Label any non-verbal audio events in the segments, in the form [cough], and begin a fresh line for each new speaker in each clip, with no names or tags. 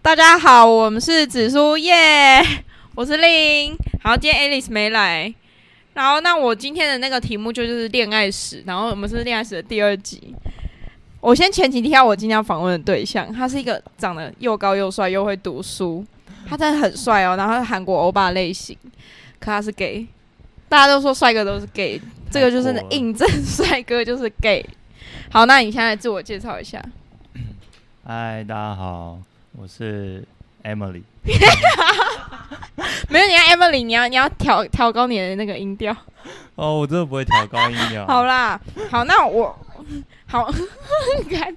大家好，我们是紫苏耶 [laughs] 我是令。好，今天 Alice 没来，然后那我今天的那个题目就是恋爱史，然后我们是恋爱史的第二集。我先前情提下，我今天要访问的对象，他是一个长得又高又帅又会读书，他真的很帅哦，然后他是韩国欧巴类型，可他是 gay，大家都说帅哥都是 gay，这个就是
太过了
印证 [laughs] 帅哥就是 gay。好，那你现在自我介绍一下。
嗨，大家好，我是 Emily。
没有，你要 Emily，你要你要调调高你的那个音调。
哦，我真的不会调高音调。
好啦，好，那我 [laughs] 好，看，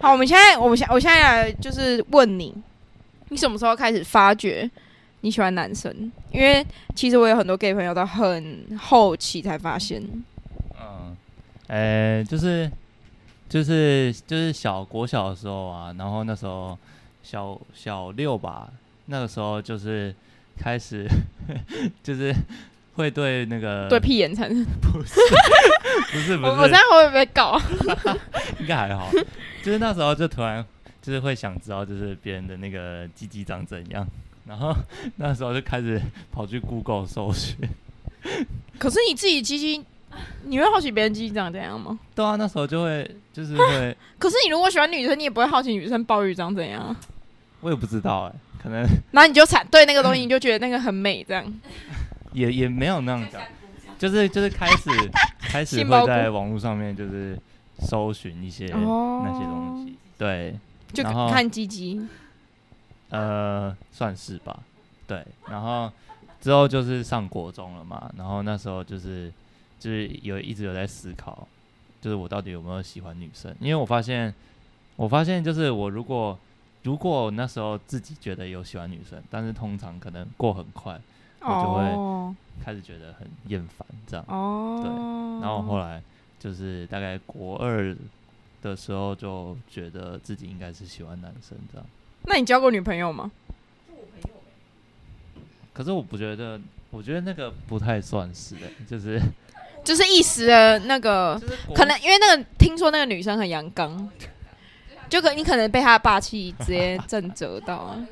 好，我们现在，我们现我现在来就是问你，你什么时候开始发觉你喜欢男生？因为其实我有很多 gay 朋友到很后期才发现，
嗯，呃、就是就是就是小国小的时候啊，然后那时候小小六吧，那个时候就是开始 [laughs] 就是会对那
[laughs]
个
对屁眼产生。 [laughs]
不是 [laughs] 不
我我这
是
样会不会被告啊？
应该还好，就是那时候就突然就是会想知道就是别人的那个鸡鸡长怎样，然后那时候就开始跑去 Google 搜寻。
可是你自己鸡鸡，你会好奇别人鸡鸡长怎样吗？
[laughs] 对啊，那时候就会就是会，
可是你如果喜欢女生，你也不会好奇女生鲍鱼长怎样啊，
我也不知道哎、可能
然后你就产对那个东西，你就觉得那个很美，这样。
也也没有那样讲，就是就是开
[laughs]
始开始
杏鲍菇
会在网络上面就是搜寻一些
哦
那些东西，对，
就
然后
看鸡鸡，
呃，算是吧，对，然后之后就是上国中了嘛，然后那时候就是就是有一直有在思考，就是我到底有没有喜欢女生，因为我发现我发现就是我如果如果那时候自己觉得有喜欢女生，但是通常可能过很快，我就会
哦
开始觉得很厌烦这样。
哦，
对然后后来就是大概国二的时候就觉得自己应该是喜欢男生这样，
那你交过女朋友吗？
可是我不觉得，我觉得那个不太算是
[laughs]
的，就是，
就是一时的那个
就是国
哦可能因为那个听说那个女生很阳
[laughs]
刚，就可你可能被她的霸气直接震折到啊，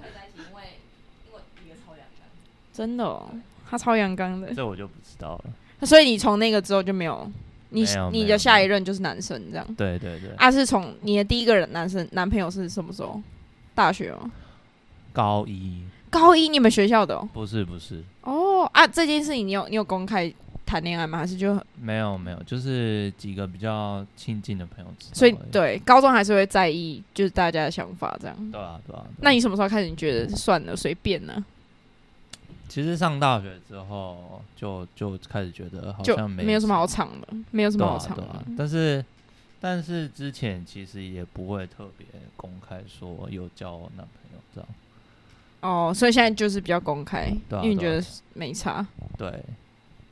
真的、哦，她超阳刚的，
这我就不知道了。
所以你从那个之后就没有，你
没有
你
没有
的下一任就是男生这样。
对对对，
啊，是从你的第一个人男生男朋友是什么时候？大学哦，
高一
高一你们学校的哦。
不是不是，
哦啊，这件事情你有你有公开谈恋爱吗？还是就
没有没有，就是几个比较亲近的朋友知道而已。
所以对高中还是会在意，就是大家的想法这样。
对啊对啊。对啊
那你什么时候开始你觉得算了随便呢、
其实上大学之后就就开始觉得好
就
像
没有什么好藏的，没有什么
对
好
啊
藏
对
的。
啊，但是但是之前其实也不会特别公开说有交男朋友这样。
哦，所以现在就是比较公开，
对啊
因为你
对
觉
啊
得没差。
对，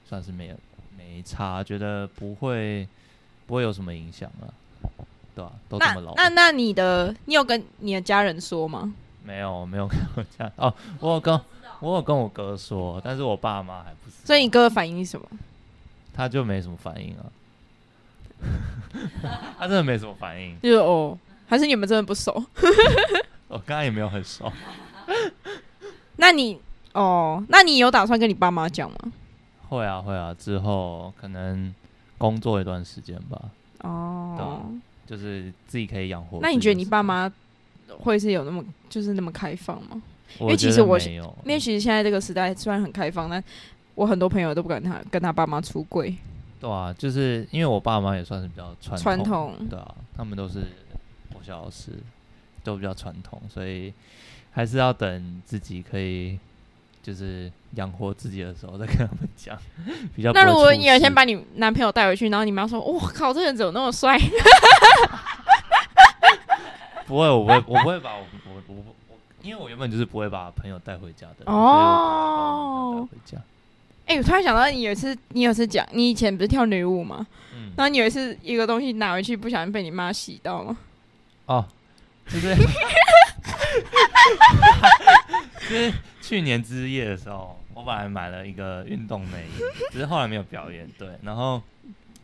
算是没有没差，觉得不会不会有什么影响了，对吧、都这
那
么老了，
那那你的，你有跟你的家人说吗？
没有没有跟我家哦，我有跟我有跟我哥说，但是我爸妈还不知道，
所以你哥的反应是什么？
他就没什么反应啊， [laughs] 他真的没什么反应，
就是哦，还是你们真的不熟？
我刚刚也没有很熟，
那你哦，那你有打算跟你爸妈讲吗？
会啊会啊，之后可能工作一段时间吧，对
哦
啊，就是自己可以养活自己的时
那
候。
你觉得你爸妈会是有那么就是那么开放吗？
我
为
觉得没有？因
其实我是
有，
因为其实现在这个时代虽然很开放，但我很多朋友都不敢他跟他爸妈出柜，
对啊，就是因为我爸妈也算是比较传
传
统
统
对啊，他们都是国小老师，都比较传统，所以还是要等自己可以就是养活自己的时候再跟他们讲，比较不会
那如果
出
你有一天
事
把你男朋友带回去，然后你妈说：“我靠，这个人怎么那么帅 [laughs]
不会，我不会，我不会把我我我我我，因为我原本就是不会把朋友带回家的人
哦
所以我不会把我女朋友带回家，？”
哎、我突然想到，你有一次，你有一次讲，你以前不是跳女舞吗？
嗯，
然后你有一次一个东西拿回去，不小心被你妈洗到吗？
哦，就是就是去年之夜的时候，我本来买了一个运动内衣，只是后来没有表演。对，然后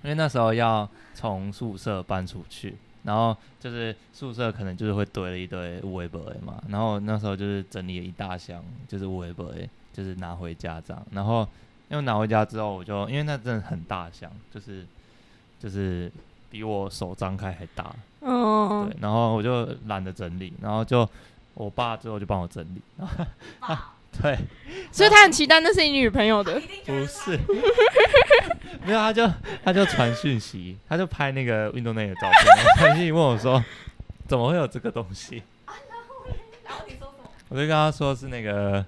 因为那时候要从宿舍搬出去，然后就是宿舍可能就是会堆了一堆无为 b 嘛，然后那时候就是整理了一大箱，就是无为 b 就是拿回家这样。然后因为拿回家之后，我就因为那真的很大箱，就是就是比我手张开还大，
嗯，
对，然后我就懒得整理，然后就我爸最后就帮我整理，然后
啊
对，
所以他很期待那是你女朋友
[laughs]
的，
不是，没有，他就他就传讯息，他就拍那个运动内的照片，传讯息问我说，怎么会有这个东西？
啊
我就跟他说是那个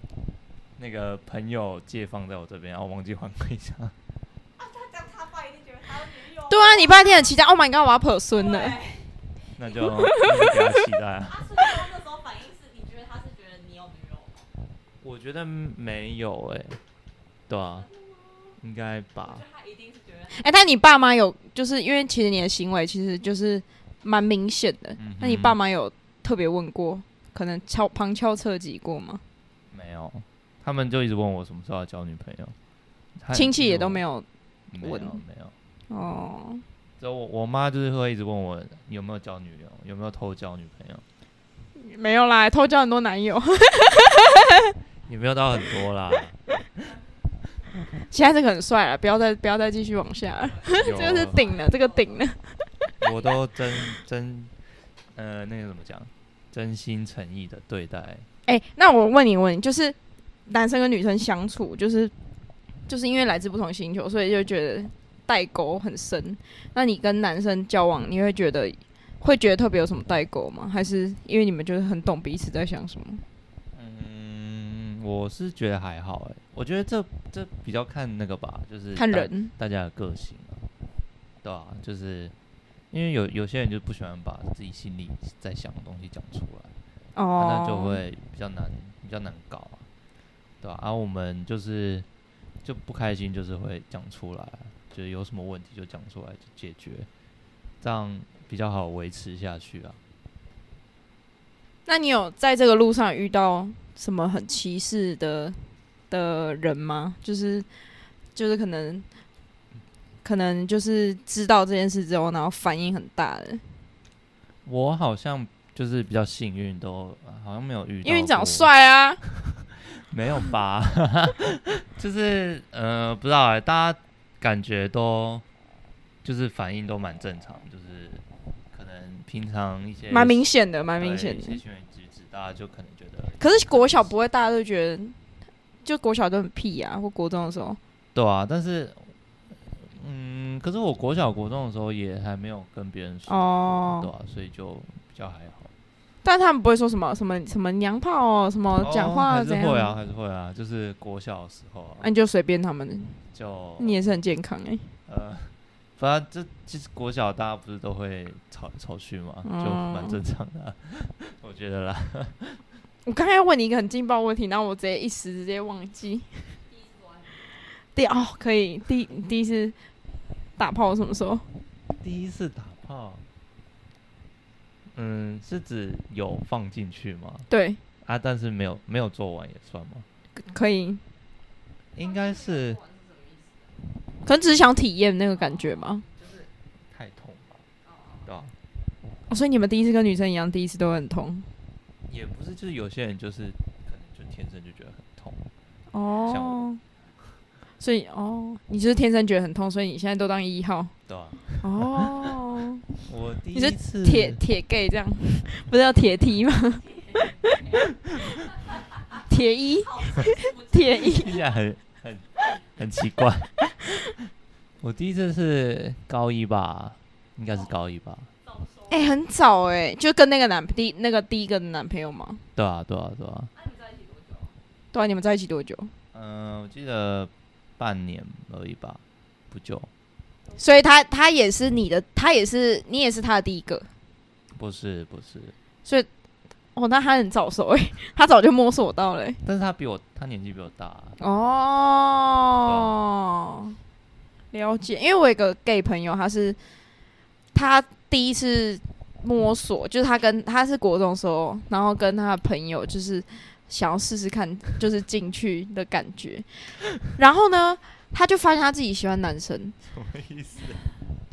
那个朋友借放在我这边，然后忘记还回家。
啊
对啊，你爸一定很期待。Oh my god，我要婆孙了。
那就 [laughs] 那就给他期待啊。
他是说啊那时候反应是，你觉得他是觉得你有女友吗？
我觉得没有哎、对啊，应该
我
吧
觉。得他一定是觉得
哎、但你爸妈有，就是因为其实你的行为其实就是蛮明显的。
嗯哼
那你爸妈有特别问过，可能敲旁敲侧击过吗？
没有，他们就一直问我什么时候要交女朋友，他
亲戚也都没有
没有
问
没有。
哦。
之后我我妈就是会一直问我有没有交女友，有没有偷交女朋友，
没有啦，偷交很多男友， [laughs]
也没有到很多啦，
现在这个很帅了，啊不要再不要再继续往下了，
有
这个是顶了，这个顶了。
我都真真呃那个怎么讲，真心诚意的对待，
哎、那我问你问你，就是男生跟女生相处，就是就是因为来自不同星球，所以就觉得代沟很深。那你跟男生交往，你会觉得会觉得特别有什么代沟吗？还是因为你们就是很懂彼此在想什么？
嗯，我是觉得还好哎、我觉得这这比较看那个吧，就是
看
大
人，
大家的个性啊，对啊，
嗯
就是因为有有些人就不喜欢把自己心里在想的东西讲出来。
哦
那，就会比较难，比较难搞啊，对吧、啊？我们就是就不开心，就是会讲出来，啊就是有什么问题就讲出来，就解决，这样比较好维持下去啊。
那你有在这个路上遇到什么很歧视的的人吗？就是就是可能可能就是知道这件事之后，然后反应很大的。
我好像就是比较幸运，都好像没有遇到，
因为你长得，帅啊，
没有吧？ [laughs] 就是呃，不知道哎、大家感觉都就是反应都蛮正常，就是可能平常一些
蛮明显的，蛮
对
明显
一
的
些。行为举止，大家就可能觉得
可是国小不会，大家都觉得，就国小都很屁啊，或国中的时候，
对啊，但是，嗯，可是我国小国中的时候也还没有跟别人说过，
哦
对啊，所以就比较还好。
但他们不会说什么什么什么娘炮哦，什么讲话
还是
怎
会
样，
啊，还是会啊，就是国小的时候啊，
那你就随便他们，
就
你也是很健康哎。
呃，反正这其实国小大家不是都会吵吵去嘛，就蛮
嗯
正常的 [laughs] 啊、我觉得啦。
我刚才要问你一个很劲爆的问题，然后我直接一时直接忘记。第哦，可以，第第一次打炮什么时候？
第一次打炮，嗯，是指有放进去吗？
对，
啊，但是没有没有做完也算吗？
可以，
应该是
可能只是想体验那个感觉嘛。
太痛吧，对啊吧、
哦所以你们第一次跟女生一样，第一次都会很痛
也不是，就是有些人就是可能就天生就觉得很痛，像
哦
我。
所以哦，你就是天生觉得很痛，所以你现在都当一号
对啊吧、
哦，
我第
[laughs] 你是
一次
铁铁 gay 这样， [laughs] 不是叫铁 T 吗？ [laughs] 铁 [laughs] 一，铁一，
听起来很很很奇 [laughs] 怪。我第一次是高一吧，应该是高一吧，
哎、很早哎、就跟那个男第那个第一个男朋友嘛，
对啊，对啊，对啊。
对啊，你们在一起多久？
嗯、我记得半年而已吧，不久。
所以他他也是你的，他也是你也是他的第一个，
不是不是，
所以哦，那他很早熟哎、他早就摸索到了、欸、
但是他比我，他年纪比我大啊、
哦，了解，因为我有一个 gay 朋友，他是他第一次摸索，就是他跟他是国中的时候，然后跟他的朋友就是想要试试看，就是进去的感觉， [laughs] 然后呢，他就发现他自己喜欢男生，
什么意思？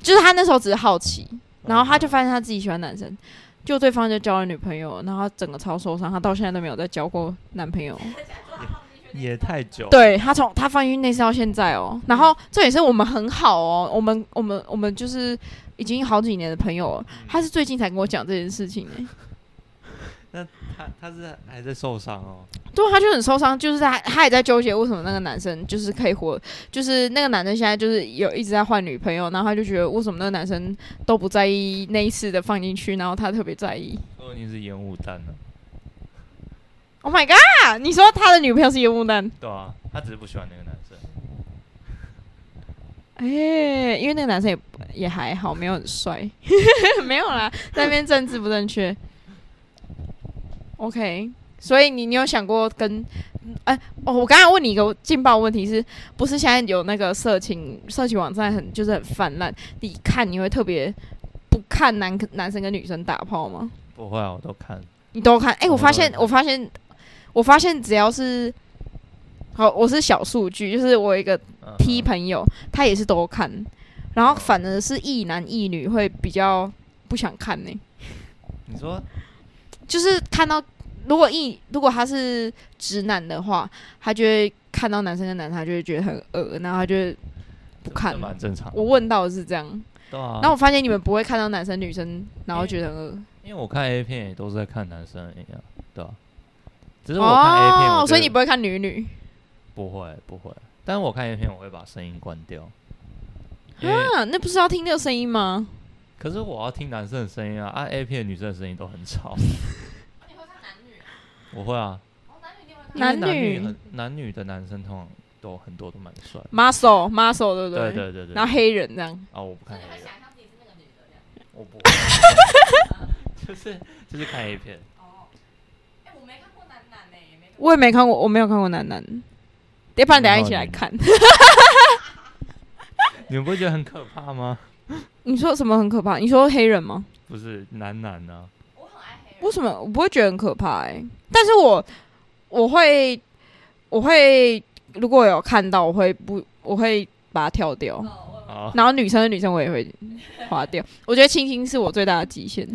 就是他那时候只是好奇，然后他就发现他自己喜欢男生，就对方就交了女朋友，然后他整个超受伤，他到现在都没有再交过男朋友。
也太久，，
对他从他翻晕那次到现在哦，然后这也是我们很好哦，我们我们我们就是已经好几年的朋友了，他是最近才跟我讲这件事情哎、
他他是还在受伤哦，
对，啊他就很受伤，就是他他也在纠结为什么那个男生就是可以活，就是那个男生现在就是有一直在换女朋友，然后他就觉得为什么那个男生都不在意那一次的放进去，然后他特别在意。
说不定是烟雾弹呢，
Oh my god！你说他的女朋友是烟雾弹？
对啊，他只是不喜欢那个男生，
哎、因为那个男生也也还好，没有很帅， [laughs] 没有啦，在那边政治不正确。OK，所以你你有想过跟哎、哦？我刚才问你一个劲爆问题是，不是现在有那个色情色情网站很就是很泛滥，你看你会特别不看男男生跟女生打炮吗？
不会啊，我都看，
你都看？哎、我
我
发
都会
现，我发现，我发现，只要是好，我是小数据，就是我有一个
嗯
T 朋友，他也是都看，然后反而是一男一女会比较不想看呢、
你说
就是看到如果一如果他是直男的话，他就会看到男生跟男生，他就会觉得很恶，然后他就会不
这
看
这。蛮正常的，
我问到的是这样，
对啊，
那我发现你们不会看到男生女生，然后觉得很恶。
因为我看 A 片也都是在看男生一样，对啊，只是我看 A 片，我觉得
哦所以你不会看女女
不会不会，但是我看 A 片我会把声音关掉，因为
啊？那不是要听这个声音吗？
可是我要听男生的声音啊，啊 A 片女生的声音都很吵， [laughs]
那你会看男女啊？
我会啊，
哦，男女一定
因为
会看。
男
女
女
很男女的男生通常都很多都蛮帅的，
muscle muscle 对不对
对对对对，
然后黑人这样，
啊我不看
所以你
黑
会
[laughs]
人，
想象自己是那个女的这样。
我不会， [laughs] 就是就是看 A 片，
哦。哎，我没看过男男呢，也没看过。
我也没看过，我没有看过男男，要不然等一下一起来看。
你们不会觉得很可怕吗？
你说什么很可怕？你说黑人吗？
不是男男啊呢、
我很爱黑人。
为什么我不会觉得很可怕、欸？但是我我会我会如果有看到，我会不我会把它跳掉。
哦，我
啊，
然后女生的女生我也会划掉，我觉得亲亲是我最大的极限，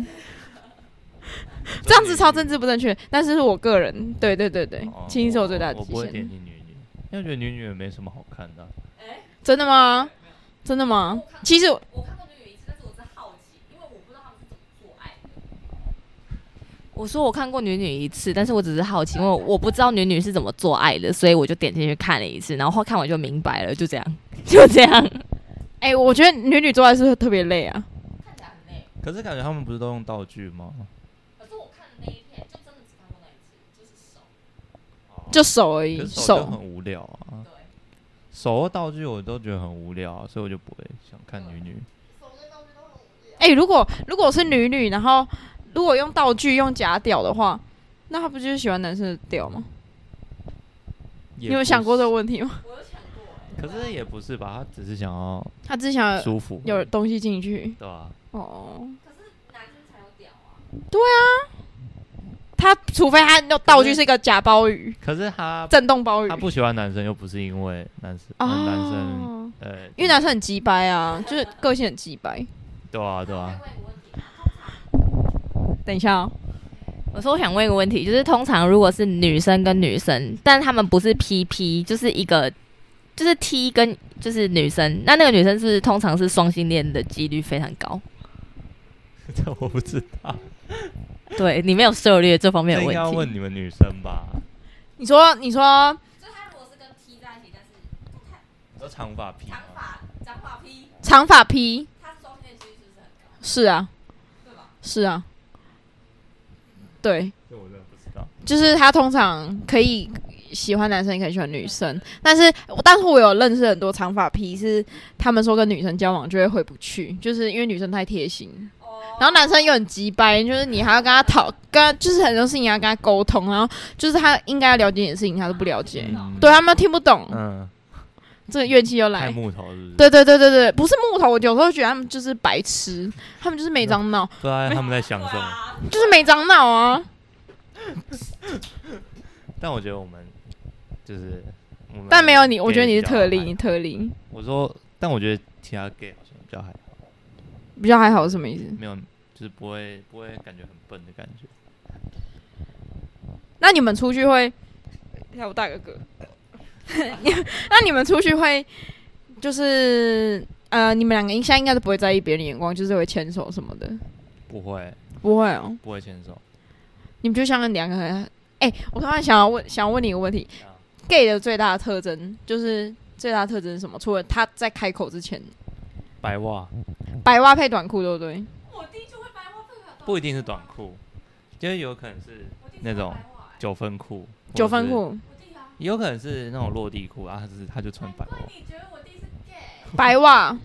这样子超政治不正确，但是是我个人，对对对对，
哦
亲亲是我最大的
我
极
不会点
限，
进女女，因为我觉得女女也没什么好看的啊、
哎，
真的吗？真的吗？其实
我看过女女一次，但是我是好奇，因为我不知道他们是怎么做爱的。
我说我看过女女一次，但是我只是好奇，因为我不知道女女是怎么做爱的，所以我就点进去看了一次，然后看完就明白了，就这样， [laughs] 就这样。
哎、我觉得女女做爱是不是特别累啊。
看起来很累，
可是感觉他们不是都用道具吗？
可是我看的那一片就真的只看过那一次，就是手。
就手而已
可，是手哦就
手
很无聊啊，
对，
手或道具我都觉得很无聊啊、所以我就不会想看女女。
手跟道具都很无聊。
哎、如果如果是女女，然后如果用道具用假屌的话，那她不就是喜欢男生的屌吗？
你
你有想过这个？问题吗？
我有想过哎。
可是也不是吧，他只是想要
[laughs] 她只想
舒服，
呃有
对啊
东西进去
吧、
哦。
可是男生才有屌啊。
她除非她用道具是一个假鲍鱼、
可是他
震动鲍鱼
他不喜欢男生，又不是因为男生，
哦
男生，呃，
因为男生很鸡掰啊，就是个性很鸡掰。
对啊对
再
啊，
问一个问题，
等一下、哦，
我说我想问一个问题，就是通常如果是女生跟女生，但他们不是 PP，就是一个就是 T 跟就是女生，那那个女生是不是通常是双性恋的几率非常高？
[laughs] 这我不知
[laughs]
道，
对你没有涉猎这方面
这
的
应该
问
要
题。
问你们女生吧，
你说你说
就他如果是跟 T 在一起，但是
你说长发披吗
长发长发 P，
长发 P
他双面其实是很高，
是啊
对吧？
是啊，对。
这我真的不知道，
就是他通常可以喜欢男生，也可以喜欢女生，但是但是我有认识很多长发 P 是他们说跟女生交往就会回不去，就是因为女生太贴心，
哦
然后男生又很急掰，就是你还要跟他讨，跟他就是很多事情要跟他沟通，然后就是他应该要了解你的事情，他都不了解，
嗯
对，啊他们听不懂，
嗯，
这个怨气又
太
来。
木头是不是？
对对对对对，不是木头，我有时候觉得他们就是白痴，他们就是
嗯
没长脑，
不知道他们在想什么。
么？
就是没长脑
嗯
啊。
但我觉得我们就是，我们
但没有你，我觉得
gay
你是
比较
特
还
例，
好。
特例。
我说，但我觉得其他 gay 好像比较还好。
比较还好是什么意思？
没有，就是不会不会感觉很笨的感觉。
那你们出去会？还有我大哥哥， [laughs] 那你们出去会就是呃，你们两个应该应该都不会在意别人眼光，就是会牵手什么的，
不会，
不会哦。
不会牵手。
你们就像两个人，哎、我突然想要问，想问你一个问题
啊
：gay 的最大的特征就是最大的特征是什么？除了他在开口之前，
白袜
白袜配短裤，对不对？
我弟就会白花配合，
不一定是短裤，就是有可能是
我弟
那种
超白袜欸
九分裤，或者
九分
是，
裤，
我弟啊，
也有可能是那种落地裤啊，他只是他就穿
难
白
怪
袜。
你觉得我弟是 gay，
白袜，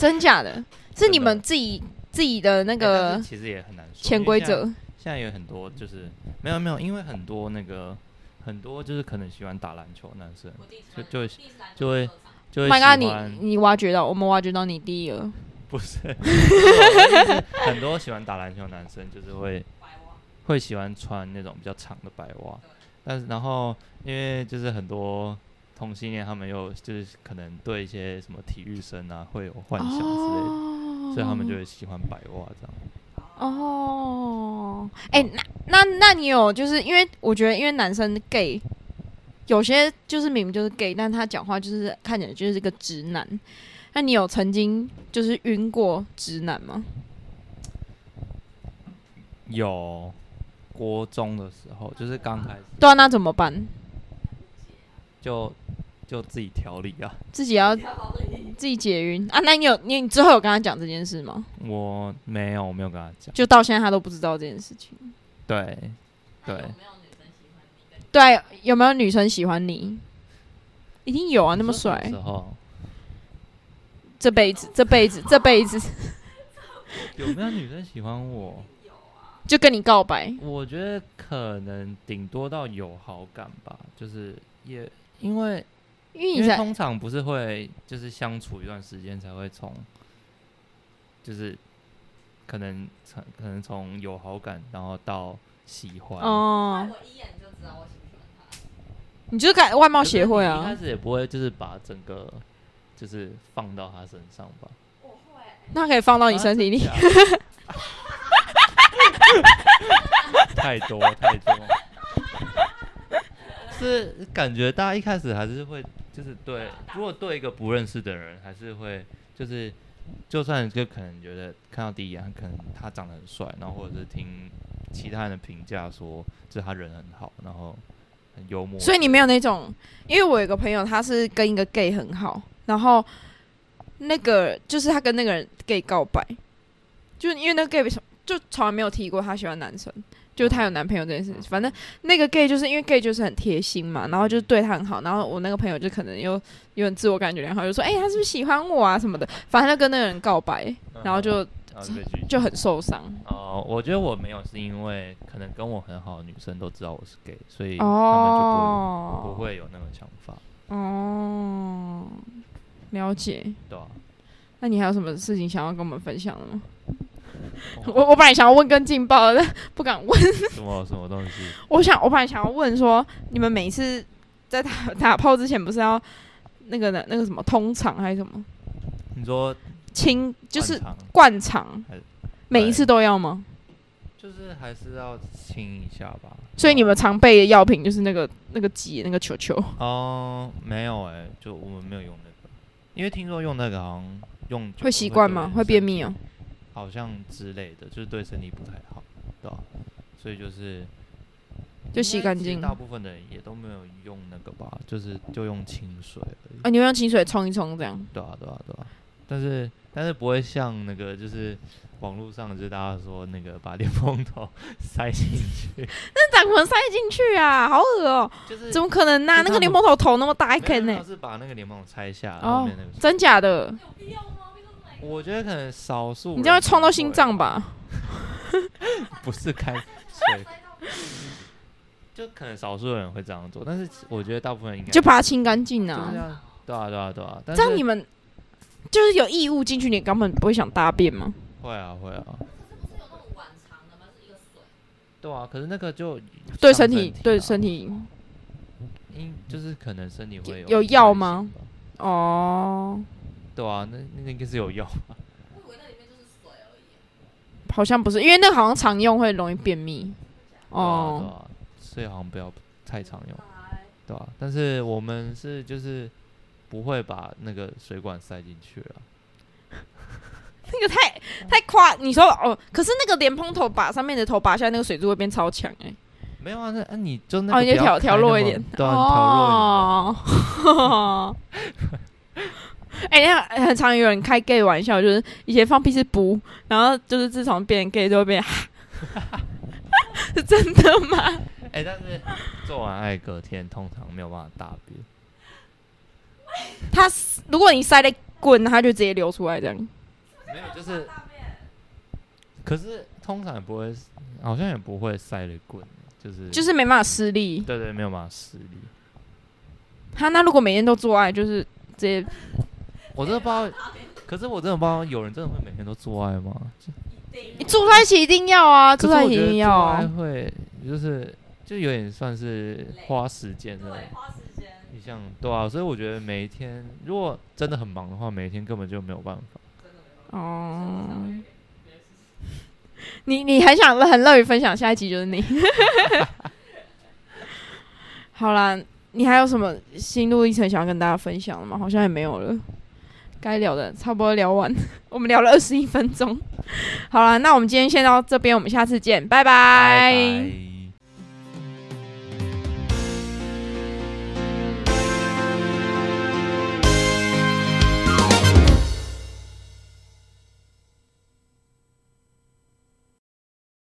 真假的？
[laughs]
是你
真
们
的
自己自己的那
欸但
个
是其实也很难说。
潜
因为
规
现在
则？
现在有很多就是没有没有，因为很多那个很多就是可能喜欢打篮球的男生
我弟是
就
篮
就会
我弟是篮球
就
Oh
会就
社长
会
My
喜
God，
欢
你你挖掘到，我们挖掘到你第一了。[laughs]
不是就是很多喜欢打篮球的男生就是会
白袜，
会喜欢穿那种比较长的白袜，但是然后因为就是很多。同性恋他们又就是可能对一些什么体育生啊会有幻想之类的，所以他们就会喜欢白袜这样。
哦，哎、那那那你有就是因为我觉得因为男生 gay 有些就是明明就是 gay，但他讲话就是看起来就是个直男。那你有曾经就是晕过直男吗？
有国中的时候，就是刚开始
对啊，那怎么办？
就就自己调理啊。
自己要自己解晕啊？那你有你你之后有跟他讲这件事吗？
我没有，我没有跟他讲。
就到现在他都不知道这件事情。
对，对，
对啊，有没有女生喜欢你？一定有啊，那么帅
时，候
这辈子这辈子这辈子
有
[laughs]
没有女生喜欢我？
就跟你告白。
我觉得可能顶多到有好感吧，就是也因为
因为
因
你
为
才
通常不是会就是相处一段时间才会从，就是可能从可能从有好感，然后到喜欢。
哦，
我一眼就知道我喜不喜欢他，
你就是改外貌
就是
协会
你一开
啊？
始也不会就是把整个就是放到他身上吧。
我会
那可以放到你身体里，
啊。太多太多， [laughs] 是感觉大家一开始还是会就是对，如果对一个不认识的人，还是会就是就算就可能觉得看到第一眼，可能他长得很帅，然后或者是听其他人的评价说，就是他人很好，然后很幽默，
所以你没有那种，因为我有个朋友，他是跟一个 gay 很好，然后那个就是他跟那个人 gay 告白，就是因为那个 gay 就从来没有提过他喜欢男生，就是他有男朋友这件事。
嗯
反正那个 gay 就是因为 gay 就是很贴心嘛，然后就是对他很好，然后我那个朋友就可能又有点自我感觉良好，就说哎、他是不是喜欢我啊什么的，反正他跟那个人告白，然后就
嗯然后就被拒绝
就很受伤。
哦，我觉得我没有，是因为可能跟我很好的女生都知道我是 gay，所嗯以他们就
哦，
不、不会有那个想法，
哦，了解。
对啊吧、
那你还有什么事情想要跟我们分享的吗？
哦
我我本来想要问更劲爆的，但不敢问。 [laughs]
什么什么东西？
我想我本来想要问说，你们每次在打打炮之前不是要那个的那个什么通常还是什么
[laughs] 你说
清就是
灌肠
灌肠
还是，
每一次都要吗？
就是还是要亲一下吧。
所以你们常备的药品就是那个那个挤那个球球，
哦，没有哎、就我们没有用那个，因为听说用那个好像用久
会习惯吗？
对
会便
身体
秘哦、
好像之类的，就是对身体不太好，对吧、所以就是
就洗
应该
干
其实
净
大部分的人也都没有用那个吧，就是就用清水而已。
啊！你们用清水冲一冲这样。
对啊，对啊，对啊。但是但是不会像那个就是网络上就是大家说那个 [laughs] 把电风头塞进去，
那怎么塞进去啊？好恶哦、
就是
怎么可能呢、啊那
就他
个
们
柠檬头哎头那么大一
没有
根呢、
没有是把那个联盟拆下，
哦
后面那个。
真假的？
有必要吗？为什么来？
我觉得可能少数人
你这样会冲到心脏吧？
会？ [laughs] 不是开水，就可能少数人会这样做，但是我觉得大部分人应该
就把它清干净
就是这
啊！
样，对啊，对啊，对啊。但
这样
是
你们就是有异物进去，你根本不会想大便吗？
会啊会啊，
可是不是有那种碗长的吗？是一个水，
对啊。可是那个就
对
伤
身体，
啊
对身，体
因就是可能身体会
有
影
药
响
吗
吧？
哦。
对啊，那那个应该是有药。
我以为那里面就是水
好像不是，因为那个好像常用会容易便秘。
哦、对
哦，
啊所以好像不要太常用，对吧、但是我们是就是不会把那个水管塞进去了，
那个太太夸，你说哦，可是那个莲蓬头把上面的头拔下来，那个水柱会变超强哎、
没有啊，那、啊、你就那
哦，
个
你就
不
调
要
调
开那
弱一
么
点，
对啊，你调弱一点啊。
哦。 [laughs] 哎、那很常有人开 gay 玩笑，就是以前放屁是不，然后就是自从变 gay 就会变，是真的吗？
哎、但是做完爱隔天通常没有办法大便，
他如果你塞在滚，它就直接流出来这样。
没有就是，可是通常也不会，好像也不会塞的滚，就是
就是没办法施力。
对对，没有办法施力。
他那如果每天都做爱，就是直接
我真的不知道，可是我真的不知道有人真的会每天都做爱吗？
你住在一起一定要啊，住
可是
在一
我
起
觉
一
得
定
做
要
爱
啊。
会就是就有点算是花时间的
对，花时间。
一项，对啊，所以我觉得每一天如果真的很忙的话，每一天根本就没有办法。
哦， [laughs] 你你很想很乐于分享，下一集就是你。 [laughs] 好啦，你还有什么心路历程想要跟大家分享的吗？好像也没有了，该聊的差不多聊完，我们聊了二十一分钟。好啦，那我们今天先到这边，我们下次见，拜拜
拜拜